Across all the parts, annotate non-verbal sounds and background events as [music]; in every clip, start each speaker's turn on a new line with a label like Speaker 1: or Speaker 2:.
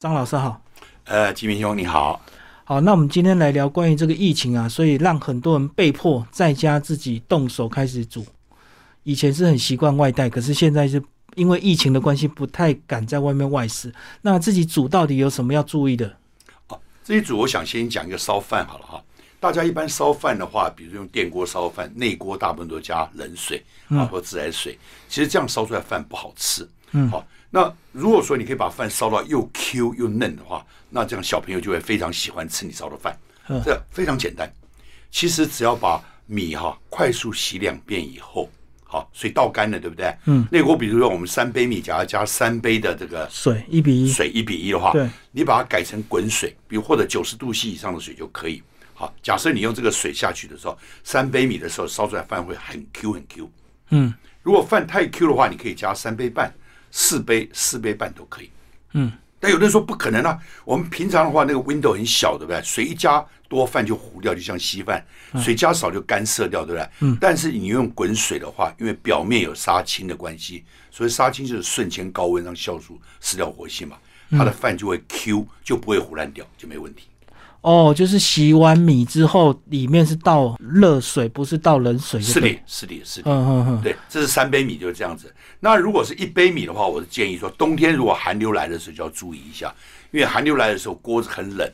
Speaker 1: 张老师好，
Speaker 2: 呃，吉明兄你好，
Speaker 1: 好，那我们今天来聊关于这个疫情啊，所以让很多人被迫在家自己动手开始煮。以前是很习惯外带，可是现在是因为疫情的关系，不太敢在外面外食。那自己煮到底有什么要注意的？
Speaker 2: 这一组我想先讲一个烧饭好了哈。大家一般烧饭的话，比如用电锅烧饭，内锅大部分都加冷水啊或自来水，其实这样烧出来饭不好吃。嗯，好，那如果说你可以把饭烧到又 Q 又嫩的话，那这样小朋友就会非常喜欢吃你烧的饭。
Speaker 1: 嗯
Speaker 2: 这非常简单，其实只要把米哈、快速洗两遍以后，好，水倒干了，对不对？嗯，内锅比如说我们三杯米，假如加三杯的这个
Speaker 1: 水一比一，
Speaker 2: 水一比一的话
Speaker 1: 对，
Speaker 2: 你把它改成滚水，比如或者九十度 C 以上的水就可以。好，假设你用这个水下去的时候，三杯米的时候烧出来饭会很 Q 很 Q。
Speaker 1: 嗯，
Speaker 2: 如果饭太 Q 的话，你可以加三杯半、四杯、四杯半都可以。嗯，但有的人说不可能啊，我们平常的话那个 window 很小，对不对？水一加多饭就糊掉，就像稀饭；水加少就干涩掉，对不对？嗯。但是你用滚水的话，因为表面有杀青的关系，所以杀青就是瞬间高温让酵素失掉活性嘛，它的饭就会 Q，就不会糊烂掉，就没问题。
Speaker 1: 哦，就是洗完米之后，里面是倒热水，不是倒冷水就是对了。
Speaker 2: 的，是的，是的。
Speaker 1: 嗯嗯嗯，
Speaker 2: 对，这是三杯米就是这样子。那如果是一杯米的话，我是建议说，冬天如果寒流来的时候就要注意一下，因为寒流来的时候锅子很冷，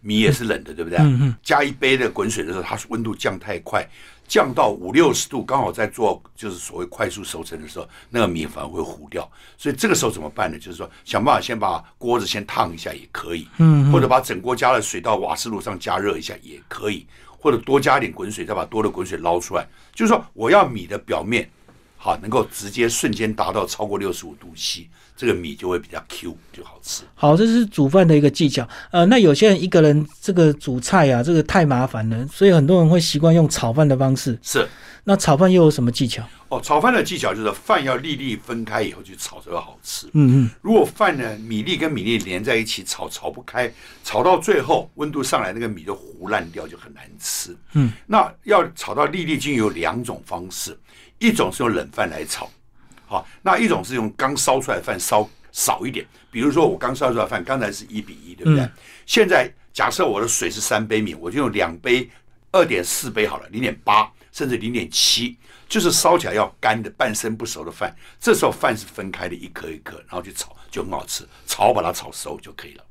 Speaker 2: 米也是冷的，对不对？嗯加一杯的滚水的时候，它温度降太快，降到五六十度，刚好在做就是所谓快速熟成的时候，那个米反而会糊掉。所以这个时候怎么办呢？就是说想办法先把锅子先烫一下也可以，嗯，或者把整锅加了水到瓦斯炉上加热一下也可以。或者多加点滚水，再把多的滚水捞出来。就是说，我要米的表面好，能够直接瞬间达到超过六十五度 C，这个米就会比较 Q，就好吃。
Speaker 1: 好，这是煮饭的一个技巧。呃，那有些人一个人这个煮菜啊，这个太麻烦了，所以很多人会习惯用炒饭的方式。
Speaker 2: 是
Speaker 1: 那炒饭又有什么技巧？
Speaker 2: 哦，炒饭的技巧就是饭要粒粒分开以后去炒才会好吃。
Speaker 1: 嗯嗯，
Speaker 2: 如果饭呢米粒跟米粒连在一起炒，炒不开，炒到最后温度上来，那个米就糊烂掉，就很难吃。嗯，那要炒到粒粒均匀有两种方式，一种是用冷饭来炒，好，那一种是用刚烧出来的饭烧少一点，比如说我刚烧出来的饭刚才是一比一，对不对？现在假设我的水是三杯米，我就用两杯、二点四杯好了，零点八甚至零点七，就是烧起来要干的半生不熟的饭，这时候饭是分开的，一颗一颗，然后去炒就很好吃，炒把它炒熟就可以了。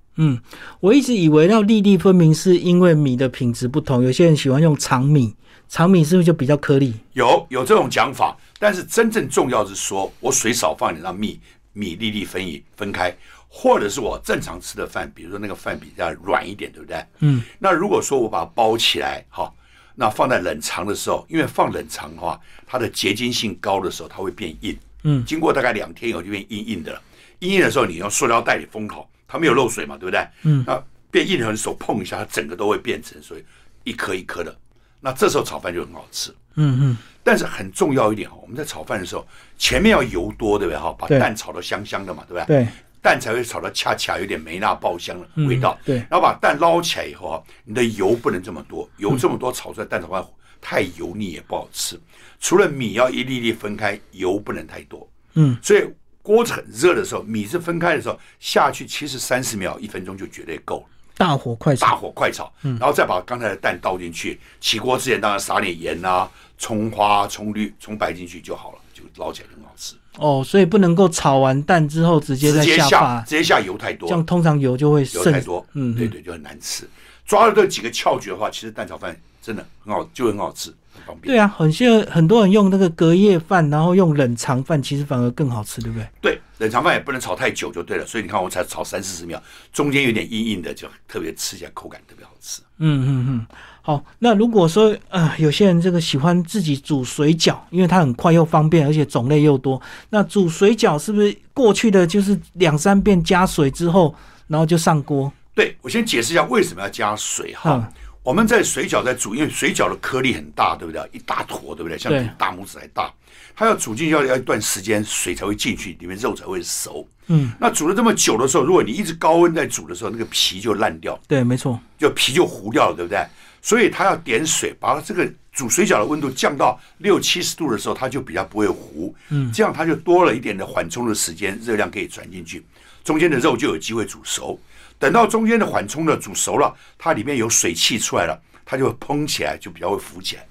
Speaker 1: 我一直以为要粒粒分明，是因为米的品质不同。有些人喜欢用长米，长米是不是就比较颗粒？
Speaker 2: 有有这种讲法，但是真正重要是说我水少放点，让米米粒粒分一分开，或者是我正常吃的饭，比如说那个饭比较软一点，对不对？嗯。那如果说我把它包起来，哈，那放在冷藏的时候，因为放冷藏的话，它的结晶性高的时候，它会变硬。嗯。经过大概两天以后就变硬硬的了，硬硬的时候你用塑料袋里封好，它没有漏水嘛，对不对？嗯。那变硬的时候你手碰一下，它整个都会变成所以一颗一颗的，那这时候炒饭就很好吃。
Speaker 1: 嗯
Speaker 2: 但是很重要一点哦，我们在炒饭的时候，前面要油多，对不对哈？把
Speaker 1: 对
Speaker 2: 蛋炒到香香的嘛，对不对？
Speaker 1: 对，
Speaker 2: 蛋才会炒到恰恰有点梅纳爆香的味道。
Speaker 1: 对嗯
Speaker 2: 然后把蛋捞起来以后啊，你的油不能这么多，油这么多炒出来蛋炒饭太油腻也不好吃。除了米要一粒粒分开，油不能太多。
Speaker 1: 嗯，
Speaker 2: 所以锅子很热的时候，米是分开的时候下去，其实三十秒、一分钟就绝对够了。
Speaker 1: 大火快
Speaker 2: 大
Speaker 1: 炒。
Speaker 2: 火快炒，
Speaker 1: 嗯
Speaker 2: 然后再把刚才的蛋倒进去。起锅之前当然撒点盐啊、葱花、葱绿、葱白进去就好了，就捞起来很好吃。
Speaker 1: 哦，所以不能够炒完蛋之后直接
Speaker 2: 直
Speaker 1: 再
Speaker 2: 接
Speaker 1: 下
Speaker 2: 下
Speaker 1: 发，
Speaker 2: 直接下油太多
Speaker 1: 这，样通常油就会
Speaker 2: 油太
Speaker 1: 渗。
Speaker 2: 多，
Speaker 1: 嗯
Speaker 2: 对对，就很难吃。抓了这几个窍诀的话，其实蛋炒饭真的很好，就很好吃，很方便。
Speaker 1: 对啊，很些很多人用那个隔夜饭，然后用冷藏饭，其实反而更好吃，对不对？
Speaker 2: 对，冷藏饭也不能炒太久就对了，所以你看我才炒三四十秒，中间有点硬硬的，就特别吃起来口感特别好吃。
Speaker 1: 嗯嗯嗯，好。那如果说呃，有些人这个喜欢自己煮水饺，因为它很快又方便，而且种类又多。那煮水饺是不是过去的就是两三遍加水之后，然后就上锅？
Speaker 2: 对，我先解释一下为什么要加水哈。
Speaker 1: 嗯
Speaker 2: 我们在水饺在煮，因为水饺的颗粒很大，对不对？一大坨，对不对？像
Speaker 1: 对
Speaker 2: 比大拇指还大。它要煮进去要要一段时间，水才会进去，里面肉才会熟。
Speaker 1: 嗯，
Speaker 2: 那煮了这么久的时候，如果你一直高温在煮的时候，那个皮就烂掉，
Speaker 1: 对，没错。
Speaker 2: 就皮就糊掉了，对不对？所以它要点水，把这个煮水饺的温度降到六七十度的时候，它就比较不会糊。嗯，这样它就多了一点的缓冲的时间，热量可以传进去。中间的肉就有机会煮熟。等到中间的缓冲的煮熟了，它里面有水汽出来了，它就会蓬起来，就比较会浮起来。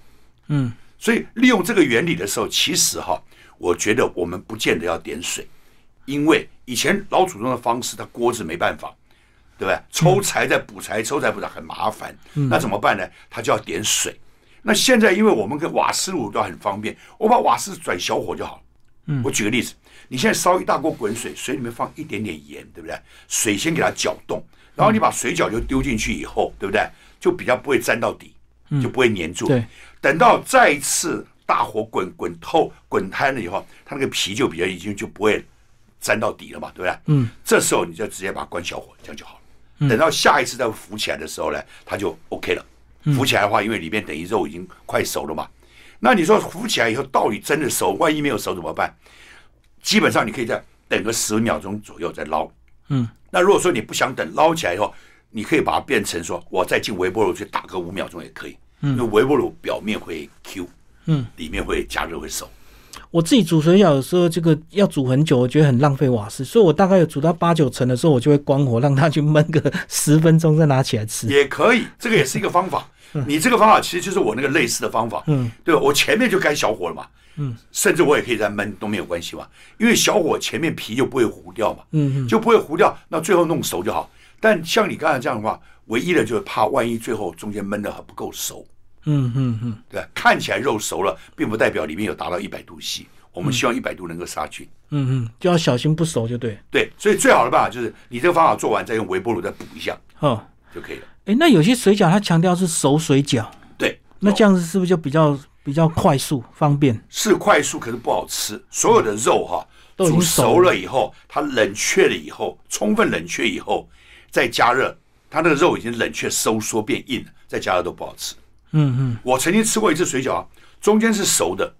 Speaker 1: 嗯，
Speaker 2: 所以利用这个原理的时候，其实哈，我觉得我们不见得要点水，因为以前老祖宗的方式，它锅子没办法，对不
Speaker 1: 嗯
Speaker 2: 对？抽柴再补柴，抽柴补柴很麻烦，那怎么办呢？它就要点水。那现在因为我们跟瓦斯炉都很方便，我把瓦斯转小火就好了。
Speaker 1: 嗯
Speaker 2: 我举个例子，你现在烧一大锅滚水，水里面放一点点盐，对不对？水先给它搅动，然后你把水饺就丢进去以后，对不对？就比较不会沾到底，就不会粘住。
Speaker 1: 嗯对，
Speaker 2: 等到再一次大火滚滚透、滚摊了以后，它那个皮就比较已经就不会粘到底了嘛，对不对？
Speaker 1: 嗯，
Speaker 2: 这时候你就直接把它关小火，这样就好了。等到下一次再浮起来的时候呢，它就 OK 了。
Speaker 1: 嗯
Speaker 2: 浮起来的话，因为里面等于肉已经快熟了嘛。那你说浮起来以后到底真的熟，万一没有熟怎么办？基本上你可以再等个十秒钟左右再捞。
Speaker 1: 嗯，
Speaker 2: 那如果说你不想等，捞起来以后，你可以把它变成说，我再进微波炉去打个五秒钟也可以，因为微波炉表面会 Q，
Speaker 1: 嗯，
Speaker 2: 里面会加热会熟。
Speaker 1: 我自己煮水饺的时候，这个要煮很久，我觉得很浪费瓦斯，所以我大概有煮到八九成的时候，我就会关火，让它去焖个十分钟，再拿起来吃。
Speaker 2: [laughs] 也可以，这个也是一个方法。你这个方法其实就是我那个类似的方法，
Speaker 1: 嗯，
Speaker 2: 对吧？我前面就该小火了嘛，
Speaker 1: 嗯，
Speaker 2: 甚至我也可以再焖都没有关系嘛，因为小火前面皮就不会糊掉嘛，
Speaker 1: 嗯嗯
Speaker 2: 就不会糊掉，那最后弄熟就好。但像你刚才这样的话，唯一的就是怕万一最后中间焖的还不够熟，
Speaker 1: 嗯嗯嗯，
Speaker 2: 对吧？看起来肉熟了，并不代表里面有达到一百度 C，我们希望一百度能够杀菌。
Speaker 1: 嗯嗯，就要小心不熟就对。
Speaker 2: 对，所以最好的办法就是你这个方法做完，再用微波炉再补一下
Speaker 1: 哦，
Speaker 2: 就可以了。
Speaker 1: 诶，那有些水饺它强调是熟水饺，
Speaker 2: 对，
Speaker 1: 那这样子是不是就比较比较快速方便？
Speaker 2: 是快速，可是不好吃。所有的肉哈、
Speaker 1: 嗯都已
Speaker 2: 煮
Speaker 1: 经
Speaker 2: 熟
Speaker 1: 熟了
Speaker 2: 了以后，它冷却了以后，充分冷却以后再加热，它那个肉已经冷却收缩变硬了，再加热都不好吃。
Speaker 1: 嗯嗯
Speaker 2: 我曾经吃过一次水饺啊，中间是熟的，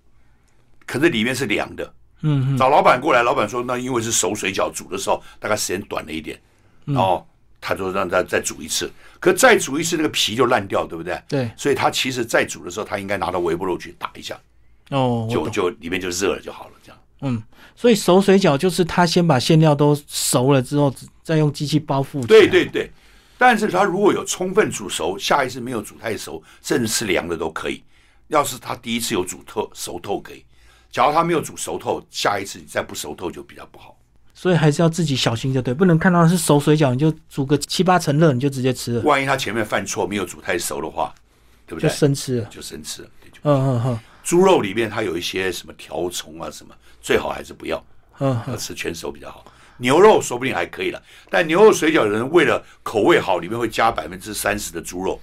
Speaker 2: 可是里面是凉的。
Speaker 1: 嗯
Speaker 2: 找老板过来，老板说那因为是熟水饺，煮的时候大概时间短了一点，
Speaker 1: 嗯
Speaker 2: 然后他说让他再煮一次，可再煮一次那个皮就烂掉，对不对？
Speaker 1: 对
Speaker 2: 所以他其实再煮的时候，他应该拿到微波炉去打一下，
Speaker 1: 哦，我
Speaker 2: 就
Speaker 1: 懂。
Speaker 2: 就里面就热了就好了，这样。
Speaker 1: 嗯，所以熟水饺就是他先把馅料都熟了之后，再用机器包覆起来。
Speaker 2: 对对对，但是它如果有充分煮熟，下一次没有煮太熟，甚至吃凉的都可以。要是它第一次有煮透熟透可以，假如它没有煮熟透，下一次你再不熟透就比较不好。
Speaker 1: 所以还是要自己小心就对，不能看到是熟水饺你就煮个七八成热你就直接吃了，
Speaker 2: 万一它前面犯错没有煮太熟的话，对不
Speaker 1: 就
Speaker 2: 对？
Speaker 1: 生吃了。
Speaker 2: 就生吃了。对就
Speaker 1: 嗯嗯
Speaker 2: 猪肉里面它有一些什么条虫啊什么，最好还是不要，
Speaker 1: 嗯嗯
Speaker 2: 要吃全熟比较好。牛肉说不定还可以了，但牛肉水饺有人为了口味好，里面会加百分之三十的猪肉，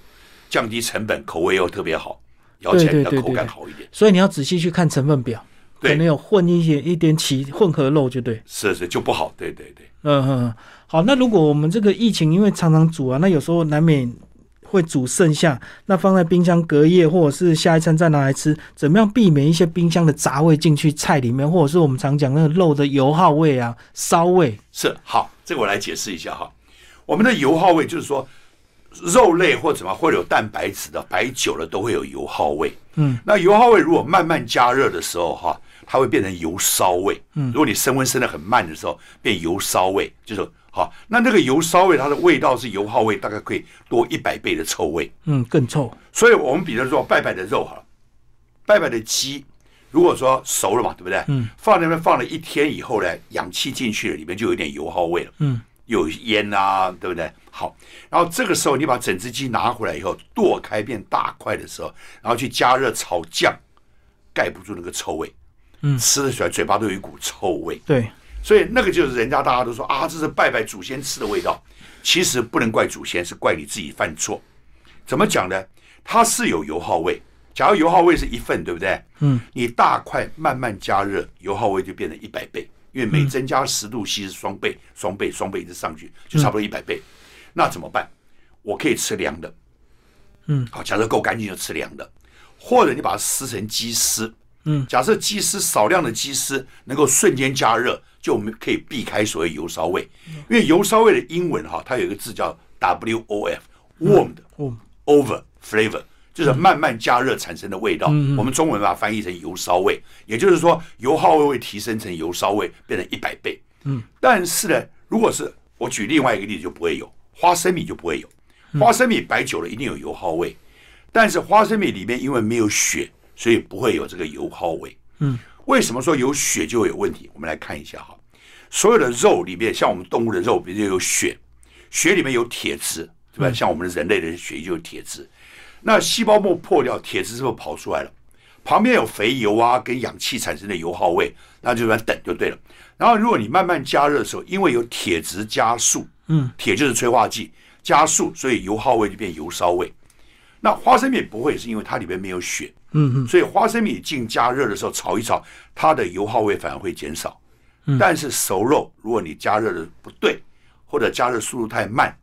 Speaker 2: 降低成本，口味又特别好，咬起来比较
Speaker 1: 对对对
Speaker 2: 口感
Speaker 1: 对
Speaker 2: 好一点。
Speaker 1: 所以你要仔细去看成分表，
Speaker 2: 对
Speaker 1: 可能有混一些一点起混合肉就对。
Speaker 2: 是是就不好，对对对，
Speaker 1: 嗯嗯嗯，好，那如果我们这个疫情因为常常煮啊，那有时候难免会煮剩下，那放在冰箱隔夜或者是下一餐再拿来吃，怎么样避免一些冰箱的杂味进去菜里面，或者是我们常讲那个肉的油耗味啊、骚味？
Speaker 2: 是好，这个我来解释一下哈。我们的油耗味就是说，肉类或怎么会有蛋白质的，摆久了都会有油耗味。
Speaker 1: 嗯，
Speaker 2: 那油耗味如果慢慢加热的时候哈，它会变成油烧味。嗯，如果你升温升得很慢的时候，变油烧味，就是好。那那个油烧味它的味道是油耗味，大概可以多一百倍的臭味。
Speaker 1: 嗯，更臭。
Speaker 2: 所以我们比如说拜拜的肉好了，拜拜的鸡，如果说熟了嘛，对不对？
Speaker 1: 嗯，
Speaker 2: 放在那边放了一天以后呢，氧气进去了，里面就有点油耗味了。
Speaker 1: 嗯，
Speaker 2: 有烟啊，对不对？好，然后这个时候你把整只鸡拿回来以后，剁开变大块的时候，然后去加热炒酱，盖不住那个臭味。
Speaker 1: 嗯
Speaker 2: 吃的起来嘴巴都有一股臭味。
Speaker 1: 对，
Speaker 2: 所以那个就是人家大家都说啊，这是拜拜祖先吃的味道。其实不能怪祖先，是怪你自己犯错。怎么讲呢？它是有油耗味，假如油耗味是一份，对不对？
Speaker 1: 嗯，
Speaker 2: 你大块慢慢加热，油耗味就变成一百倍，因为每增加十度 C 是双倍，双倍，双倍一直上去，就差不多一百倍。那怎么办？我可以吃凉的，
Speaker 1: 嗯，
Speaker 2: 好，假设够干净就吃凉的，或者你把它撕成鸡丝，
Speaker 1: 嗯，
Speaker 2: 假设鸡丝少量的鸡丝能够瞬间加热，就可以避开所谓油烧味，因为油烧味的英文哈，它有一个字叫 WOF，warmed、
Speaker 1: 哦，
Speaker 2: over flavor，就是慢慢加热产生的味道。我们中文把它翻译成油烧味，也就是说油耗味会提升成油烧味，变成一百倍。嗯，但是呢，如如果是我举另外一个例子，就不会有花生米就不会有，花生米摆久了一定有油耗味，但是花生米里面因为没有血，所以不会有这个油耗味。
Speaker 1: 嗯，
Speaker 2: 为什么说有血就会有问题？我们来看一下哈，所有的肉里面，像我们动物的肉，比如有血，血里面有铁质，对
Speaker 1: 嗯
Speaker 2: 吧？像我们人类的血就有铁质，那细胞膜破掉，铁质是不是跑出来了？旁边有肥油啊，跟氧气产生的油耗味，那就慢慢等就对了。然后如果你慢慢加热的时候，因为有铁质加速，
Speaker 1: 嗯，
Speaker 2: 铁就是催化剂加速，所以油耗味就变油烧味。那花生米不会，是因为它里面没有血，
Speaker 1: 嗯嗯
Speaker 2: 所以花生米进加热的时候炒一炒，它的油耗味反而会减少。
Speaker 1: 嗯
Speaker 2: 但是熟肉，如果你加热的不对，或者加热速度太慢，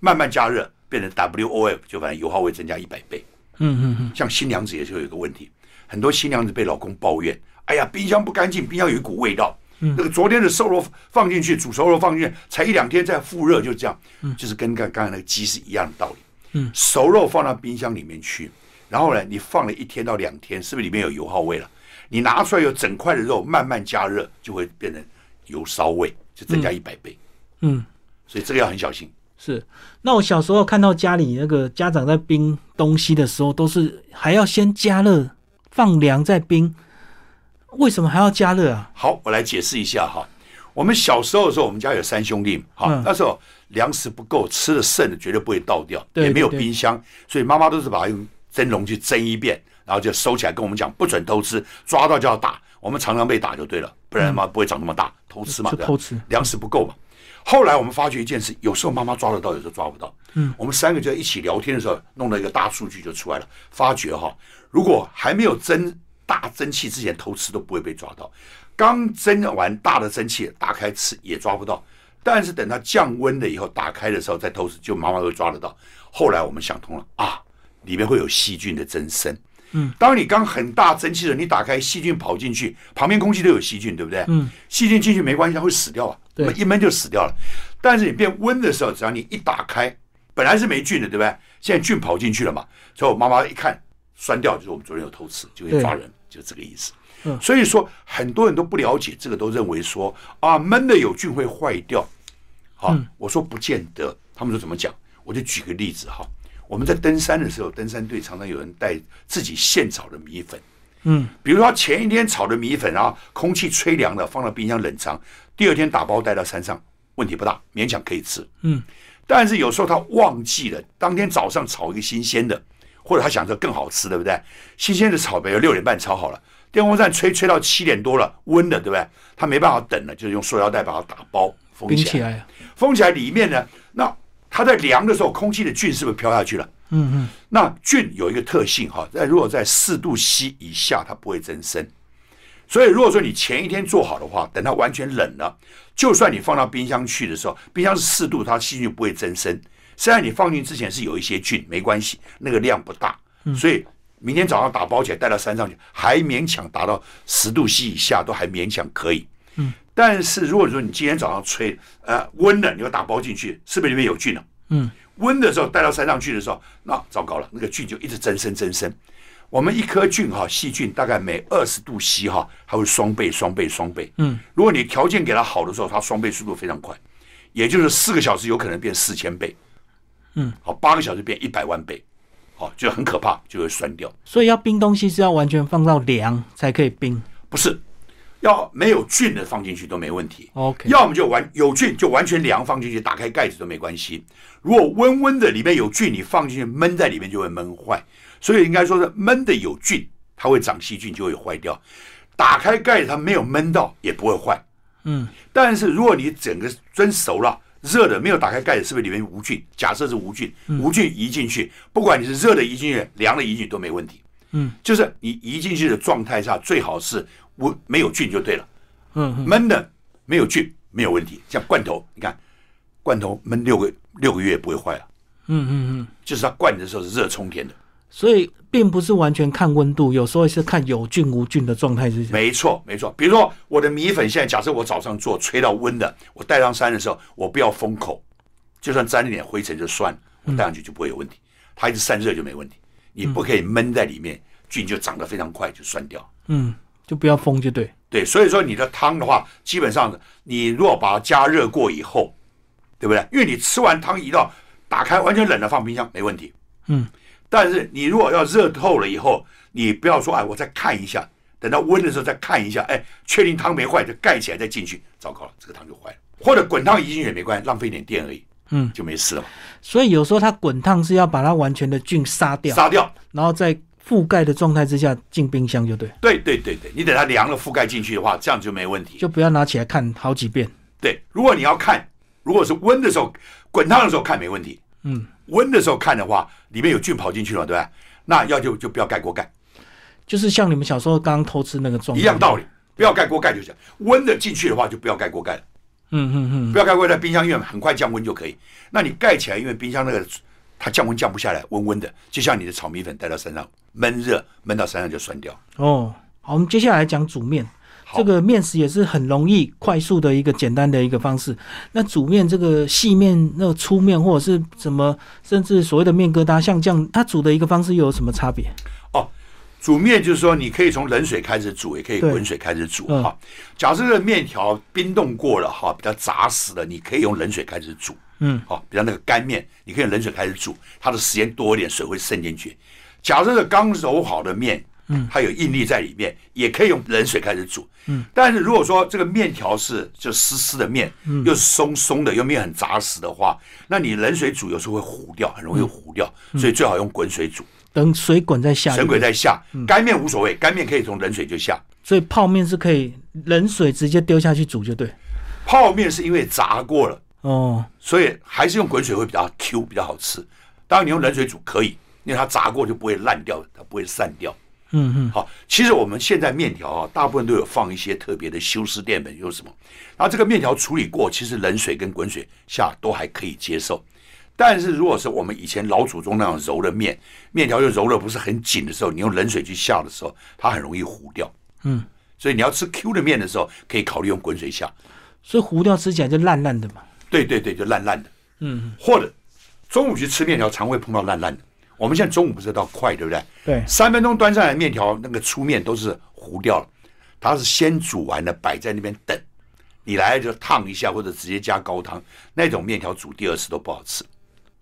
Speaker 2: 慢慢加热变成 WOF，就反正油耗会增加一百倍。
Speaker 1: 嗯嗯嗯，
Speaker 2: 像新娘子也是有一个问题，很多新娘子被老公抱怨：“哎呀，冰箱不干净，冰箱有一股味道。
Speaker 1: 嗯
Speaker 2: 那个昨天的瘦肉放进去，煮熟肉放进去，才一两天再复热，就这样，就是跟刚刚才那个鸡是一样的道理。
Speaker 1: 嗯
Speaker 2: 熟肉放到冰箱里面去，然后呢，你放了一天到两天，是不是里面有油耗味了？你拿出来有整块的肉，慢慢加热，就会变成油烧味，就增加一百倍。
Speaker 1: 嗯，
Speaker 2: 所以这个要很小心。
Speaker 1: 是。那我小时候看到家里那个家长在冰东西的时候，都是还要先加热放凉再冰，为什么还要加热啊？
Speaker 2: 好，我来解释一下哈。我们小时候的时候，我们家有三兄弟嘛，哈，
Speaker 1: 嗯
Speaker 2: 那时候粮食不够，吃的剩的绝对不会倒掉，
Speaker 1: 对
Speaker 2: 也没有
Speaker 1: 对对
Speaker 2: 冰箱，所以妈妈都是把它用蒸笼去蒸一遍，然后就收起来跟我们讲，不准偷吃，抓到就要打。我们常常被打就对了，不然
Speaker 1: 嗯
Speaker 2: 嘛不会长那么大，偷吃嘛，
Speaker 1: 就
Speaker 2: 对吧
Speaker 1: 偷吃
Speaker 2: 粮食不够嘛。后来我们发觉一件事，有时候妈妈抓得到，有时候抓不到。
Speaker 1: 嗯，
Speaker 2: 我们三个就在一起聊天的时候，弄了一个大数据就出来了，发觉哈，如果还没有蒸大蒸汽之前偷吃都不会被抓到，刚蒸完大的蒸汽打开吃也抓不到，但是等它降温了以后打开的时候再偷吃，就妈妈会抓得到。后来我们想通了啊，里面会有细菌的增生。
Speaker 1: 嗯，
Speaker 2: 当你刚很大蒸汽的时候，你打开细菌跑进去，旁边空气都有细菌，对不对？
Speaker 1: 嗯，
Speaker 2: 细菌进去没关系，它会死掉啊，
Speaker 1: 对
Speaker 2: 一闷就死掉了。但是你变温的时候，只要你一打开，本来是没菌的，对不对？现在菌跑进去了嘛，所以我妈妈一看酸掉，就是我们昨天有偷吃，就会
Speaker 1: 对
Speaker 2: 抓人，就这个意思。
Speaker 1: 嗯
Speaker 2: 所以说很多人都不了解这个，都认为说啊闷的有菌会坏掉。好，
Speaker 1: 嗯
Speaker 2: 我说不见得，他们说怎么讲？我就举个例子哈，我们在登山的时候，登山队常常有人带自己现炒的米粉，
Speaker 1: 嗯
Speaker 2: 比如说前一天炒的米粉啊，空气吹凉了，放到冰箱冷藏，第二天打包带到山上，问题不大，勉强可以吃。
Speaker 1: 嗯
Speaker 2: 但是有时候他忘记了，当天早上炒一个新鲜的，或者他想着更好吃，对不对？新鲜的炒，比如六点半炒好了，电风扇吹吹到七点多了，温的，对不对？他没办法等了，就是用塑料袋把它打包封
Speaker 1: 冰
Speaker 2: 起
Speaker 1: 起
Speaker 2: 来。
Speaker 1: 来了。啊
Speaker 2: 封起来里面呢，那它在凉的时候，空气的菌是不是飘下去了？
Speaker 1: 嗯嗯
Speaker 2: 那菌有一个特性哈，在如果在四度 C 以下，它不会增生。所以如果说你前一天做好的话，等它完全冷了，就算你放到冰箱去的时候，冰箱是四度，它细菌不会增生。虽然你放进之前是有一些菌，没关系，那个量不大，
Speaker 1: 嗯
Speaker 2: 所以明天早上打包起来带到山上去，还勉强达到十度 C 以下，都还勉强可以。
Speaker 1: 嗯，
Speaker 2: 但是如果说你今天早上吹呃温了，你又打包进去，是不是里面有菌了、
Speaker 1: 嗯，
Speaker 2: 温的时候带到山上去的时候，那糟糕了，那个菌就一直增生增生。我们一颗菌哈，细菌大概每二十度 C 哈，它会双倍双倍双倍。
Speaker 1: 嗯，
Speaker 2: 如果你条件给它好的时候，它双倍速度非常快，也就是四个小时有可能变四千倍。
Speaker 1: 嗯，
Speaker 2: 好，八个小时变一百万倍，好，就很可怕，就会酸掉。
Speaker 1: 所以要冰东西是要完全放到凉才可以冰。
Speaker 2: 不是，要没有菌的放进去都没问题。
Speaker 1: OK，
Speaker 2: 要么就完有菌就完全凉放进去，打开盖子都没关系。如果温温的里面有菌，你放进去闷在里面就会闷坏。所以应该说是闷的有菌，它会长细菌就会坏掉。打开盖子它没有闷到也不会坏。
Speaker 1: 嗯
Speaker 2: 但是如果你整个蒸熟了。热的没有打开盖子，是不是里面无菌？假设是无菌，
Speaker 1: 嗯
Speaker 2: 无菌移进去，不管你是热的移进去、凉的移进去都没问题。
Speaker 1: 嗯，
Speaker 2: 就是你移进去的状态下，最好是无没有菌就对了。
Speaker 1: 嗯嗯，
Speaker 2: 闷的没有菌，没有问题。像罐头，你看，罐头闷六个六个月也不会坏啊，
Speaker 1: 嗯嗯嗯，
Speaker 2: 就是它灌的时候是热冲天的，
Speaker 1: 所以并不是完全看温度，有时候是看有菌无菌的状态之下。
Speaker 2: 没错没错。比如说我的米粉，现在假设我早上做吹到温的，我带上山的时候，我不要封口，就算沾一点灰尘就算了，
Speaker 1: 嗯
Speaker 2: 我带上去就不会有问题，它一直散热就没问题。你不可以闷在里面，菌就长得非常快，就酸掉。
Speaker 1: 嗯，就不要封就对。
Speaker 2: 对，所以说你的汤的话，基本上你如果把它加热过以后，对不对？因为你吃完汤一到打开完全冷了放冰箱没问题，
Speaker 1: 嗯，
Speaker 2: 但是你如果要热透了以后，你不要说哎，我再看一下，等到温的时候再看一下，哎，确定汤没坏就盖起来再进去，糟糕了，这个汤就坏了。或者滚汤移进去也没关系，浪费一点电而已，
Speaker 1: 嗯，
Speaker 2: 就没事了嘛。
Speaker 1: 所以有时候它滚烫是要把它完全的菌杀掉，
Speaker 2: 杀掉，
Speaker 1: 然后在覆盖的状态之下进冰箱就对，
Speaker 2: 对对对对，你等它凉了覆盖进去的话，这样就没问题。
Speaker 1: 就不要拿起来看好几遍。
Speaker 2: 对，如果你要看，如果是温的时候，滚烫的时候看没问题。
Speaker 1: 嗯，
Speaker 2: 温的时候看的话，里面有菌跑进去了，对吧？那要就就不要盖锅盖，
Speaker 1: 就是像你们小时候刚刚偷吃那个状
Speaker 2: 一
Speaker 1: 态
Speaker 2: 样道理，不要盖锅盖就行。温的进去的话，就不要盖锅盖了，
Speaker 1: 嗯嗯
Speaker 2: 不要盖锅盖，冰箱因为很快降温就可以。那你盖起来，因为冰箱那个它降温降不下来，温温的，就像你的炒米粉带到山上闷热，闷到山上就酸掉。
Speaker 1: 嗯，哦，好，我们接下来讲煮面。
Speaker 2: 好
Speaker 1: 这个面食也是很容易、快速的一个简单的一个方式。那煮面这个细面、那个粗面，或者是什么，甚至所谓的面疙瘩，像这样，它煮的一个方式又有什么差别？
Speaker 2: 哦煮面就是说，你可以从冷水开始煮，也可以
Speaker 1: 对
Speaker 2: 滚水开始煮
Speaker 1: 嗯
Speaker 2: 哈。假设这个面条冰冻过了哈，比较扎实的，你可以用冷水开始煮。
Speaker 1: 嗯，
Speaker 2: 好，比方那个干面，你可以用冷水开始煮，它的时间多一点，水会渗进去。假设是刚揉好的面，嗯，它有硬粒在里面，也可以用冷水开始煮。嗯，但是如果说这个面条是就湿湿的面，
Speaker 1: 嗯
Speaker 2: 又是松松的，又没有很扎实的话，那你冷水煮有时候会糊掉，很容易糊掉，
Speaker 1: 嗯
Speaker 2: 所以最好用滚水煮。
Speaker 1: 等水滚再下，
Speaker 2: 神鬼在下，嗯干面无所谓，干面可以从冷水就下。
Speaker 1: 所以泡面是可以冷水直接丢下去煮就对。
Speaker 2: 泡面是因为炸过了，
Speaker 1: 哦，
Speaker 2: 所以还是用滚水会比较 Q，比较好吃。当然你用冷水煮可以，因为它炸过就不会烂掉，它不会散掉。
Speaker 1: 嗯嗯，
Speaker 2: 好，其实我们现在面条啊，大部分都有放一些特别的修饰淀粉，有什么？然后这个面条处理过，其实冷水跟滚水下都还可以接受。但是如果是我们以前老祖宗那样揉的面，面条又揉的不是很紧的时候，你用冷水去下的时候，它很容易糊掉。
Speaker 1: 嗯，
Speaker 2: 所以你要吃 Q 的面的时候，可以考虑用滚水下。
Speaker 1: 所以糊掉吃起来就烂烂的嘛。
Speaker 2: 对对对，就烂烂的。嗯，或者中午去吃面条，常会碰到烂烂的。我们现在中午不是到快，对不对？
Speaker 1: 对
Speaker 2: 三分钟端上来的面条，那个粗面都是糊掉了，它是先煮完了摆在那边等，你来了就烫一下或者直接加高汤，那种面条煮第二次都不好吃。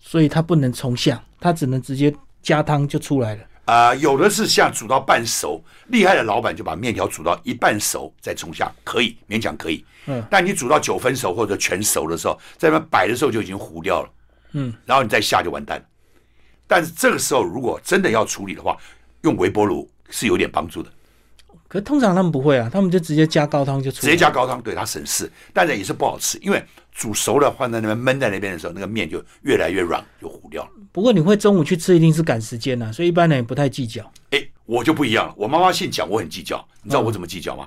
Speaker 1: 所以它不能冲下，它只能直接加汤就出来了。
Speaker 2: 啊、有的是像煮到半熟，厉害的老板就把面条煮到一半熟再冲下，可以勉强可以。
Speaker 1: 嗯，
Speaker 2: 但你煮到九分熟或者全熟的时候，在那边摆的时候就已经糊掉了。
Speaker 1: 嗯，
Speaker 2: 然后你再下就完蛋了。但是这个时候如果真的要处理的话，用微波炉是有点帮助的，
Speaker 1: 可通常他们不会啊，他们就直接加高汤就出
Speaker 2: 直
Speaker 1: 来
Speaker 2: 接。加高汤对它省事，但是也是不好吃，因为煮熟了放在那边闷在那边的时候，那个面就越来越软，就糊掉了。
Speaker 1: 不过你会中午去吃，一定是赶时间呐、所以一般人也不太计较。
Speaker 2: 哎，我就不一样了，我妈妈姓蒋，我很计较，你
Speaker 1: 嗯
Speaker 2: 知道我怎么计较吗？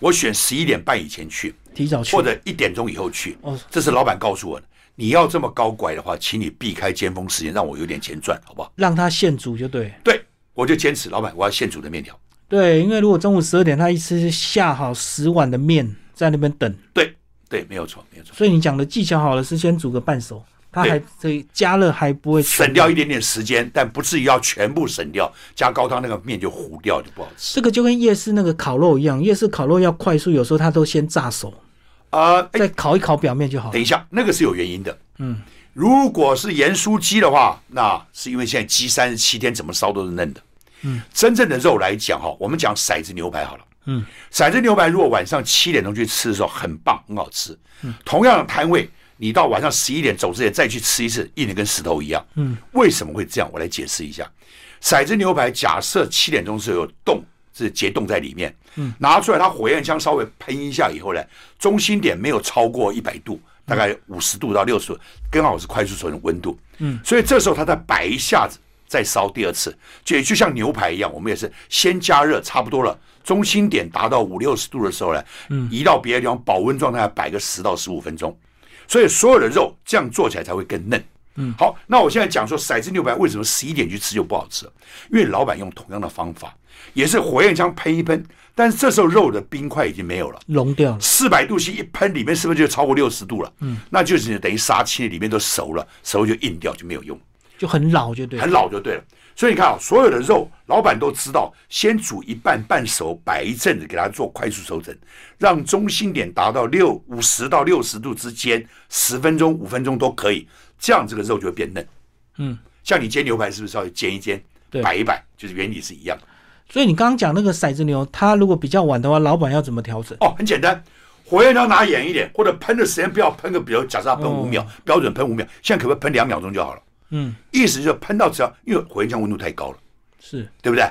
Speaker 2: 我选十一点半以前去。
Speaker 1: 提早去
Speaker 2: 或者一点钟以后去
Speaker 1: 哦。
Speaker 2: 这是老板告诉我的。你要这么高拐的话，请你避开尖峰时间，让我有点钱赚，好不好？
Speaker 1: 让它现煮就对。
Speaker 2: 对，我就坚持，老板，我要现煮的面条。
Speaker 1: 对，因为如果中午十二点他一吃下好十碗的面在那边等，
Speaker 2: 对，对，没有错，没有错，
Speaker 1: 所以你讲的技巧好了是先煮个半熟，它还这以加热还不会全
Speaker 2: 省掉一点点时间，但不至于要全部省掉。加高汤那个面就糊掉，就不好吃。
Speaker 1: 这个就跟夜市那个烤肉一样，夜市烤肉要快速，有时候它都先炸熟，
Speaker 2: 啊、哎，
Speaker 1: 再烤一烤表面就好了
Speaker 2: 等。一下，那个是有原因的。
Speaker 1: 嗯，
Speaker 2: 如果是盐酥鸡的话，那是因为现在鸡三十七天怎么烧都是嫩的。嗯，真正的肉来讲哈，我们讲骰子牛排好了。
Speaker 1: 嗯，
Speaker 2: 骰子牛排如果晚上七点钟去吃的时候很棒，很好吃。嗯，同样的摊位，你到晚上十一点走之前再去吃一次，硬的跟石头一样。嗯，为什么会这样？我来解释一下。骰子牛排假设七点钟是有冻，是结冻在里面。嗯，拿出来它火焰枪稍微喷一下以后呢，中心点没有超过一百度，大概五十度到六十度，刚好是快速熟成温度。嗯，所以这时候它再摆一下子，再烧第二次，就就像牛排一样，我们也是先加热，差不多了。中心点达到五六十度的时候呢，移到别的地方保温状态下摆个十到十五分钟，所以所有的肉这样做起来才会更嫩。嗯，好，那我现在讲说骰子牛排为什么十一点去吃就不好吃了，因为老板用同样的方法，也是火焰枪喷一喷，但是这时候肉的冰块已经没有了。
Speaker 1: 融掉了，
Speaker 2: 四百度 C 一喷，里面是不是就超过六十度了？嗯，那就是等于杀青，里面都熟了，熟就硬掉就没有用。
Speaker 1: 就很老就对了。
Speaker 2: 很老就对了。所以你看啊，所有的肉，老板都知道，先煮一半半熟，摆一阵子给它做快速熟成，让中心点达到六五十到六十度之间，十分钟、五分钟都可以，这样这个肉就会变嫩。
Speaker 1: 嗯，
Speaker 2: 像你煎牛排是不是稍微煎一煎
Speaker 1: 对，
Speaker 2: 摆一摆，就是原理是一样的。
Speaker 1: 所以你刚刚讲那个骰子牛，它如果比较晚的话，老板要怎么调整？
Speaker 2: 哦，很简单，火焰要拿远一点，或者喷的时间不要喷个，比如假设要喷五秒，标准喷五秒，现在可不可以喷两秒钟就好了？
Speaker 1: 哦嗯，
Speaker 2: 意思就是喷到只要因为火焰枪温度太高了，
Speaker 1: 是，
Speaker 2: 对不对？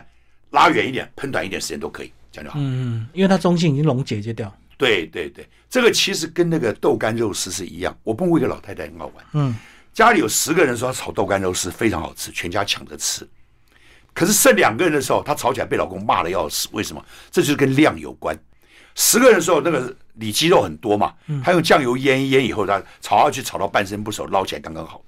Speaker 2: 拉远一点，喷短一点时间都可以，这样就好。
Speaker 1: 嗯，因为它中性已经溶解解掉。
Speaker 2: 对对对，这个其实跟那个豆干肉丝是一样。我碰过一个老太太，很好玩，
Speaker 1: 嗯，
Speaker 2: 家里有十个人说她炒豆干肉丝非常好吃，全家抢着吃。可是剩两个人的时候，她吵起来被老公骂的要死。为什么？这就是跟量有关。十个人的时候，那个里脊肉很多嘛，她用酱油腌一腌以后，她炒下去炒到半生不熟，捞起来刚刚好。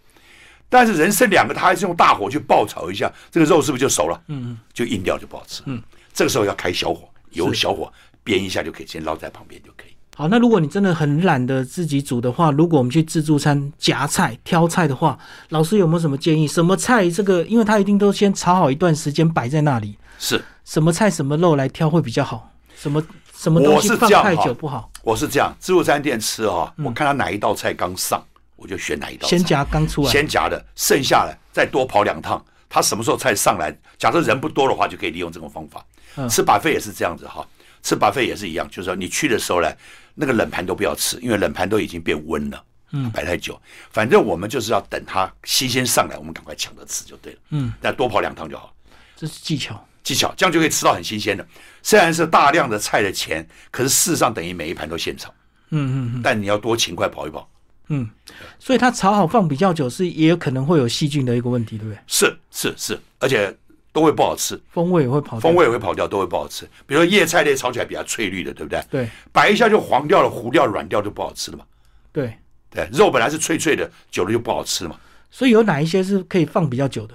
Speaker 2: 但是人剩两个，她还是用大火去爆炒一下，这个肉是不是就熟了？嗯，就硬掉就不好吃。嗯，这个时候要开小火，油小火煸一下就可以，先捞在旁边就可以。
Speaker 1: 好，那如果你真的很懒得自己煮的话，如果我们去自助餐夹菜挑菜的话，老师有没有什么建议？什么菜这个，因为它一定都先炒好一段时间摆在那里，
Speaker 2: 是，
Speaker 1: 什么菜什么肉来挑会比较好？什么什么东西
Speaker 2: 我是
Speaker 1: 放
Speaker 2: 这样
Speaker 1: 太
Speaker 2: 哈
Speaker 1: 久不好？
Speaker 2: 我是这样，自助餐店吃哈、我看他哪一道菜刚上，我就选哪一道菜。
Speaker 1: 先夹刚出来，
Speaker 2: 嗯先夹的，剩下的再多跑两趟。他什么时候菜上来？假设人不多的话，就可以利用这种方法。吃把费也是这样子哈，吃把费也是一样，就是说你去的时候呢，那个冷盘都不要吃，因为冷盘都已经变温了，嗯，摆太久。反正我们就是要等它新鲜上来，我们赶快抢着吃就对了。嗯，那多跑两趟就好。
Speaker 1: 这是技巧。
Speaker 2: 技巧，这样就可以吃到很新鲜的。虽然是大量的菜的钱，可是事实上等于每一盘都现炒。
Speaker 1: 嗯嗯嗯
Speaker 2: 但你要多勤快跑一跑。
Speaker 1: 嗯，所以它炒好放比较久是也有可能会有细菌的一个问题，对不对？
Speaker 2: 是是是，而且都会不好吃，
Speaker 1: 风味也会跑掉。
Speaker 2: 风味也会跑掉，都会不好吃。比如说叶菜类炒起来比较翠绿的，对不对？
Speaker 1: 对
Speaker 2: 摆一下就黄掉了、糊掉、软掉就不好吃了嘛。
Speaker 1: 对，
Speaker 2: 对，肉本来是脆脆的，久了就不好吃了嘛。
Speaker 1: 所以有哪一些是可以放比较久的？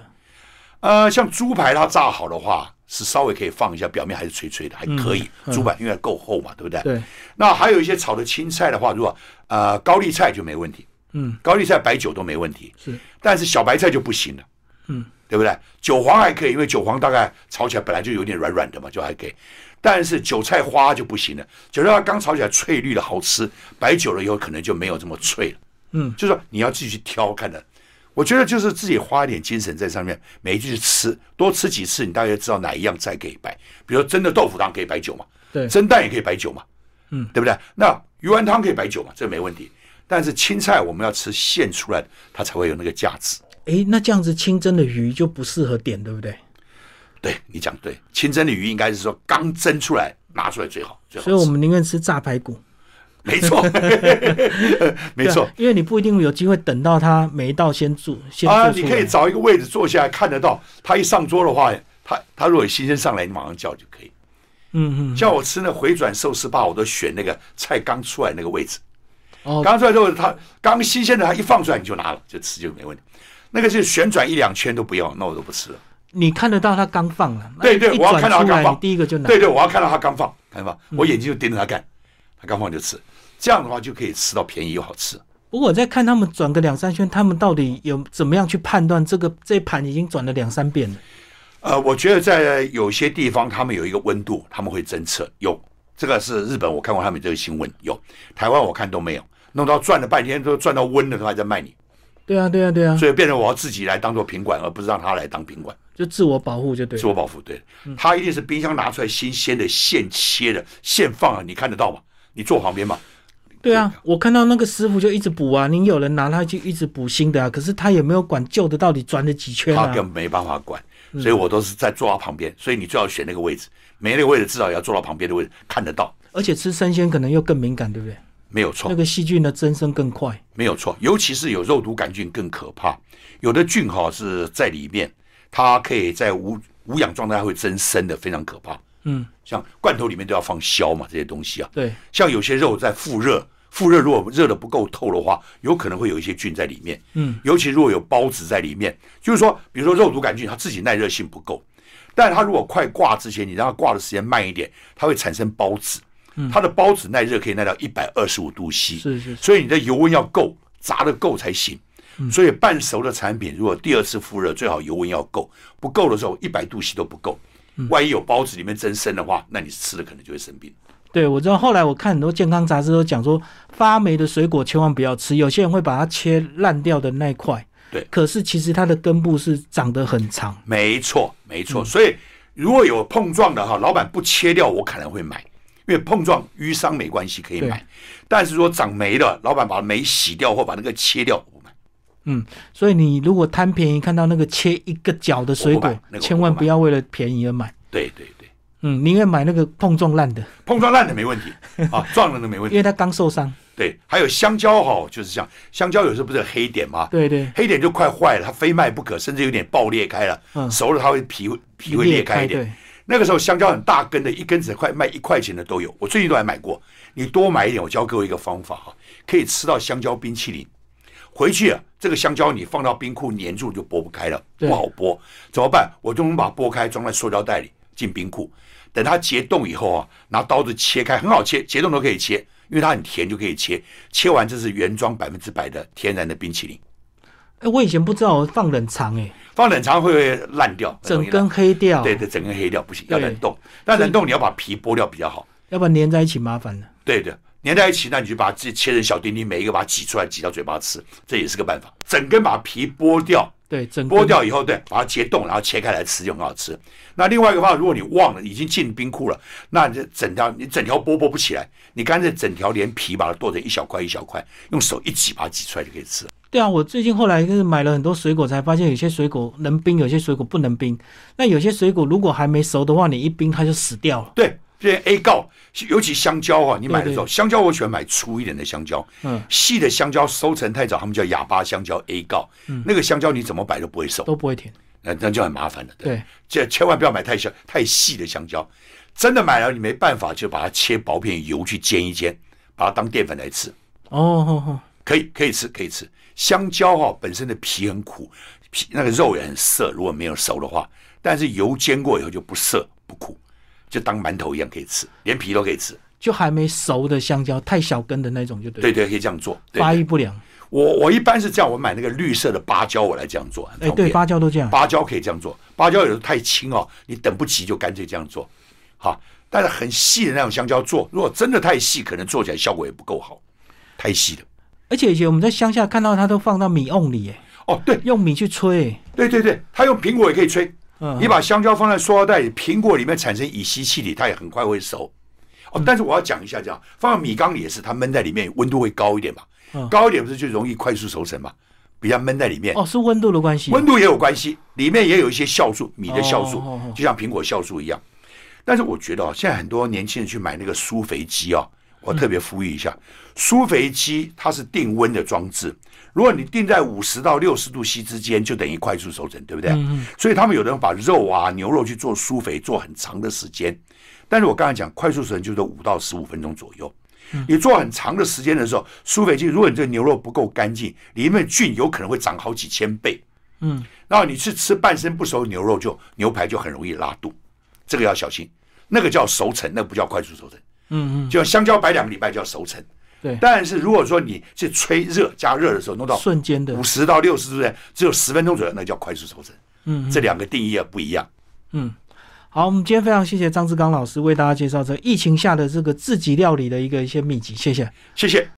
Speaker 2: 呃，像猪排它炸好的话，是稍微可以放一下，表面还是脆脆的，还可
Speaker 1: 嗯
Speaker 2: 以。猪排因为够厚嘛，对不对？
Speaker 1: 对。
Speaker 2: 那还有一些炒的青菜的话，如果呃高丽菜就没问题，
Speaker 1: 嗯，
Speaker 2: 高丽菜白酒都没问题，
Speaker 1: 是
Speaker 2: 但是小白菜就不行了，
Speaker 1: 嗯，
Speaker 2: 对不对？韭黄还可以，因为韭黄大概炒起来本来就有点软软的嘛，就还可以。但是韭菜花就不行了，韭菜花刚炒起来翠绿的好吃，摆久了以后可能就没有这么脆了。
Speaker 1: 嗯，
Speaker 2: 就说你要自己去挑看的。我觉得就是自己花一点精神在上面，每一句去吃，多吃几次，你大概知道哪一样菜可以摆。比如说蒸的豆腐当然可以摆酒嘛，
Speaker 1: 对
Speaker 2: 蒸蛋也可以摆酒嘛，
Speaker 1: 嗯，
Speaker 2: 对不对？那鱼丸汤可以摆酒嘛，这没问题。但是青菜我们要吃现出来的，它才会有那个价值。
Speaker 1: 诶，那这样子清蒸的鱼就不适合点，对不对？
Speaker 2: 对你讲对，清蒸的鱼应该是说刚蒸出来拿出来最好，最好
Speaker 1: 所以我
Speaker 2: 吃。
Speaker 1: 们宁愿吃炸排骨。[laughs]
Speaker 2: 没错，没错
Speaker 1: 对啊，因为你不一定有机会等到它每一道先做，先
Speaker 2: 啊！
Speaker 1: 做出
Speaker 2: 你
Speaker 1: 来。
Speaker 2: 可以找一个位置坐下来看得到，它一上桌的话，它它如果有新鲜上来，你马上叫就可以。
Speaker 1: 嗯嗯，
Speaker 2: 像我吃那回转寿司吧，我都选那个菜刚出来那个位置。
Speaker 1: 哦
Speaker 2: 刚出来之后，它刚新鲜的，它一放出来你就拿了，就吃就没问题。那个是旋转一两圈都不要，那我都不吃了。
Speaker 1: 你看得到它刚放了。那
Speaker 2: 对对
Speaker 1: 一
Speaker 2: 我要
Speaker 1: 转
Speaker 2: 看到它
Speaker 1: 出
Speaker 2: 刚
Speaker 1: 来
Speaker 2: 放
Speaker 1: 你第一个就拿。
Speaker 2: 对对，我要看到它刚放，看到吧，我眼睛就盯着它看，它刚放就吃。这样的话就可以吃到便宜又好吃。
Speaker 1: 不过我在看他们转个两三圈，他们到底有怎么样去判断这个这盘已经转了两三遍了？
Speaker 2: 呃，我觉得在有些地方他们有一个温度，他们会侦测有。这个是日本，我看过他们这个新闻有。台湾我看都没有，弄到转了半天都转到温了，他还在卖你，
Speaker 1: 对啊，对啊，对啊，
Speaker 2: 所以变成我要自己来当做品管，而不是让他来当品管。
Speaker 1: 就自我保护就对
Speaker 2: 自
Speaker 1: 了。
Speaker 2: 我保护，对，
Speaker 1: 嗯
Speaker 2: 他一定是冰箱拿出来新鲜的、现切的、现放啊，你看得到吗？你坐旁边嘛，
Speaker 1: 对啊，我看到那个师傅就一直补啊，你有人拿他就一直补新的啊，可是他也没有管旧的到底转了几圈
Speaker 2: 他
Speaker 1: 啊嗯
Speaker 2: 根。本没办法管，所以我都是在坐他旁边，所以你最好选那个位置，没那个位置至少也要坐到旁边的位置，看得到，
Speaker 1: 而且吃生鲜可能又更敏感，对不对？
Speaker 2: 没有错
Speaker 1: 那。个细菌的增生更快。
Speaker 2: 没有错，尤其是有肉毒杆菌更可怕。有的菌哈是在里面，它可以在无无氧状态会增生的，非常可怕。
Speaker 1: 嗯，
Speaker 2: 像罐头里面都要放硝嘛，这些东西啊。
Speaker 1: 对，
Speaker 2: 像有些肉在复热，复热如果热的不够透的话，有可能会有一些菌在里面。
Speaker 1: 嗯，
Speaker 2: 尤其如果有孢子在里面，就是说，比如说肉毒杆菌，它自己耐热性不够，但它如果快挂之前，你让它挂的时间慢一点，它会产生孢子。它的孢子耐热可以耐到一百二十五度 C，
Speaker 1: 嗯是是是
Speaker 2: 所以你的油温要够，炸的够才行。
Speaker 1: 嗯
Speaker 2: 所以半熟的产品，如果第二次复热，最好油温要够，不够的时候一百度 C 都不够。
Speaker 1: 嗯
Speaker 2: 万一有包子里面真生的话，那你吃了可能就会生病。
Speaker 1: 对，我知道。后来我看很多健康杂志都讲说，发霉的水果千万不要吃。有些人会把它切烂掉的那一块，
Speaker 2: 对
Speaker 1: 可是其实它的根部是长得很长。
Speaker 2: 没错，没错。所以如果有碰撞的哈，老板不切掉，我可能会买，因为碰撞淤伤没关系，可以
Speaker 1: 对
Speaker 2: 买。但是说长霉了，老板把霉洗掉或把那个切掉，我不买。
Speaker 1: 嗯，所以你如果贪便宜，看到那个切一个角的水
Speaker 2: 我不
Speaker 1: 果
Speaker 2: 买，那个我不买
Speaker 1: 千万不要为了便宜而买。
Speaker 2: 对对对，
Speaker 1: 嗯，宁愿买那个碰撞烂的，
Speaker 2: 碰撞烂的没问题啊，撞了的没问
Speaker 1: 因
Speaker 2: 题。
Speaker 1: 为它刚受伤。
Speaker 2: 对，还有香蕉哈，就是这样，香蕉有时候不是有黑点吗？
Speaker 1: 对对，
Speaker 2: 黑点就快坏了，它非卖不可，甚至有点爆裂开了。
Speaker 1: 嗯
Speaker 2: 熟了它会皮会皮会裂开一点。
Speaker 1: 对，
Speaker 2: 那个时候香蕉很大根的，一根只快卖一块钱的都有，我最近都还买过。你多买一点，我教各位一个方法哈，可以吃到香蕉冰淇淋。回去啊，这个香蕉你放到冰库粘住就剥不开了，
Speaker 1: 对
Speaker 2: 不好剥，怎么办？我就能把它剥开，装在塑胶袋里进冰库，等它结冻以后啊，拿刀子切开，很好切，结冻都可以切，因为它很甜就可以切。切完这是原装百分之百的天然的冰淇淋，
Speaker 1: 哎，我以前不知道我放冷藏，哎，
Speaker 2: 放冷藏会不会烂掉，很容
Speaker 1: 整
Speaker 2: 易烂
Speaker 1: 根黑掉，
Speaker 2: 对对，整根黑掉不行，要
Speaker 1: 对
Speaker 2: 冷冻。但冷冻你要把皮剥掉比较好。
Speaker 1: 要不然粘在一起麻烦了。
Speaker 2: 对的，粘在一起，那你就把它自己切成小丁丁，每一个把它挤出来，挤到嘴巴吃，这也是个办法。整根把皮剥掉，
Speaker 1: 对，整根
Speaker 2: 剥掉以后，对，把它结冻，然后切开来吃就很好吃。那另外一个方法，如果你忘了，已经进冰库了，那你就整条你整条剥剥不起来，你干脆整条连皮把它剁成一小块一小块，用手一挤把它挤出来就可以吃。
Speaker 1: 对啊，我最近后来就是买了很多水果，才发现有些水果能冰，有些水果不能冰。那有些水果如果还没熟的话，你一冰它就死掉了。
Speaker 2: 对，这些 A 告，尤其香蕉啊，你买的时候，香蕉我喜欢买粗一点的香蕉，
Speaker 1: 嗯，
Speaker 2: 细的香蕉收成太早，他们叫哑巴香蕉 A 告，那个香蕉你怎么摆都不会熟，
Speaker 1: 嗯都不会甜。
Speaker 2: 那那就很麻烦了。
Speaker 1: 对，
Speaker 2: 这千万不要买太小、太细的香蕉，真的买了你没办法，就把它切薄片，油去煎一煎，把它当淀粉来吃，
Speaker 1: 哦哦哦，
Speaker 2: 可以，可以吃，可以吃。香蕉哈、本身的皮很苦，皮那个肉也很涩，如果没有熟的话，但是油煎过以后就不涩不苦，就当馒头一样可以吃，连皮都可以吃。
Speaker 1: 就还没熟的香蕉，太小根的那种就对了，
Speaker 2: 对对，可以这样做。对
Speaker 1: 发育不良。
Speaker 2: 我我一般是这样，我买那个绿色的芭蕉，我来这样做，很
Speaker 1: 哎，
Speaker 2: 方
Speaker 1: 对，
Speaker 2: 便。
Speaker 1: 芭蕉都这样。
Speaker 2: 芭蕉可以这样做，芭蕉有时候太轻哦，你等不及就干脆这样做，好。但是很细的那种香蕉做，如果真的太细，可能做起来效果也不够好，太细的。
Speaker 1: 而且以前我们在乡下看到它都放到米瓮里，哎，
Speaker 2: 哦，对
Speaker 1: 用米去吹。哎
Speaker 2: 对对对，它用苹果也可以吹，
Speaker 1: 嗯，
Speaker 2: 你把香蕉放在塑料袋里，苹果里面产生乙烯气体，它也很快会熟。哦，
Speaker 1: 嗯
Speaker 2: 但是我要讲一下，这样放到米缸里也是，它闷在里面，温度会高一点嘛
Speaker 1: 嗯，
Speaker 2: 高一点不是就容易快速熟成嘛？比较闷在里面，
Speaker 1: 哦，是温度的关系。
Speaker 2: 温度也有关系，里面也有一些酵素，米的酵素
Speaker 1: 哦哦哦，
Speaker 2: 就像苹果酵素一样。但是我觉得啊，现在很多年轻人去买那个苏肥鸡啊，我特别呼吁一下，苏肥鸡它是定温的装置，如果你定在五十到六十度 C 之间，就等于快速熟成，对不对？
Speaker 1: 嗯
Speaker 2: 所以他们有的人把肉啊、牛肉去做苏肥，做很长的时间。但是我刚才讲，快速熟成就是五到十五分钟左右。
Speaker 1: 嗯
Speaker 2: 你做很长的时间的时候，苏肥鸡，如果你这个牛肉不够干净，里面菌有可能会长好几千倍。然后你去吃半生不熟的牛肉就，牛排就很容易拉肚，这个要小心。那个叫熟成，那不叫快速熟成。
Speaker 1: 嗯嗯，
Speaker 2: 就像香蕉摆两个礼拜叫熟成，
Speaker 1: 对，
Speaker 2: 但是如果说你是吹热加热的时候弄到
Speaker 1: 瞬间的
Speaker 2: 五。十到六十度的，只有十分钟左右，那叫快速熟成。
Speaker 1: 嗯，
Speaker 2: 这两个定义也不一样。
Speaker 1: 好，我们今天非常谢谢张志刚老师为大家介绍这疫情下的这个自己料理的一个一些秘籍，谢谢。
Speaker 2: 谢谢。